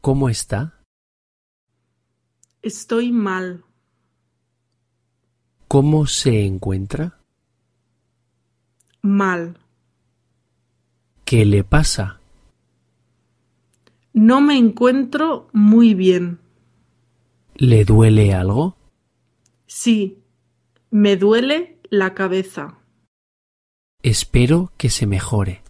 ¿Cómo está? Estoy mal. ¿Cómo se encuentra? Mal. ¿Qué le pasa? No me encuentro muy bien. ¿Le duele algo? Sí. Me duele la cabeza. Espero que se mejore.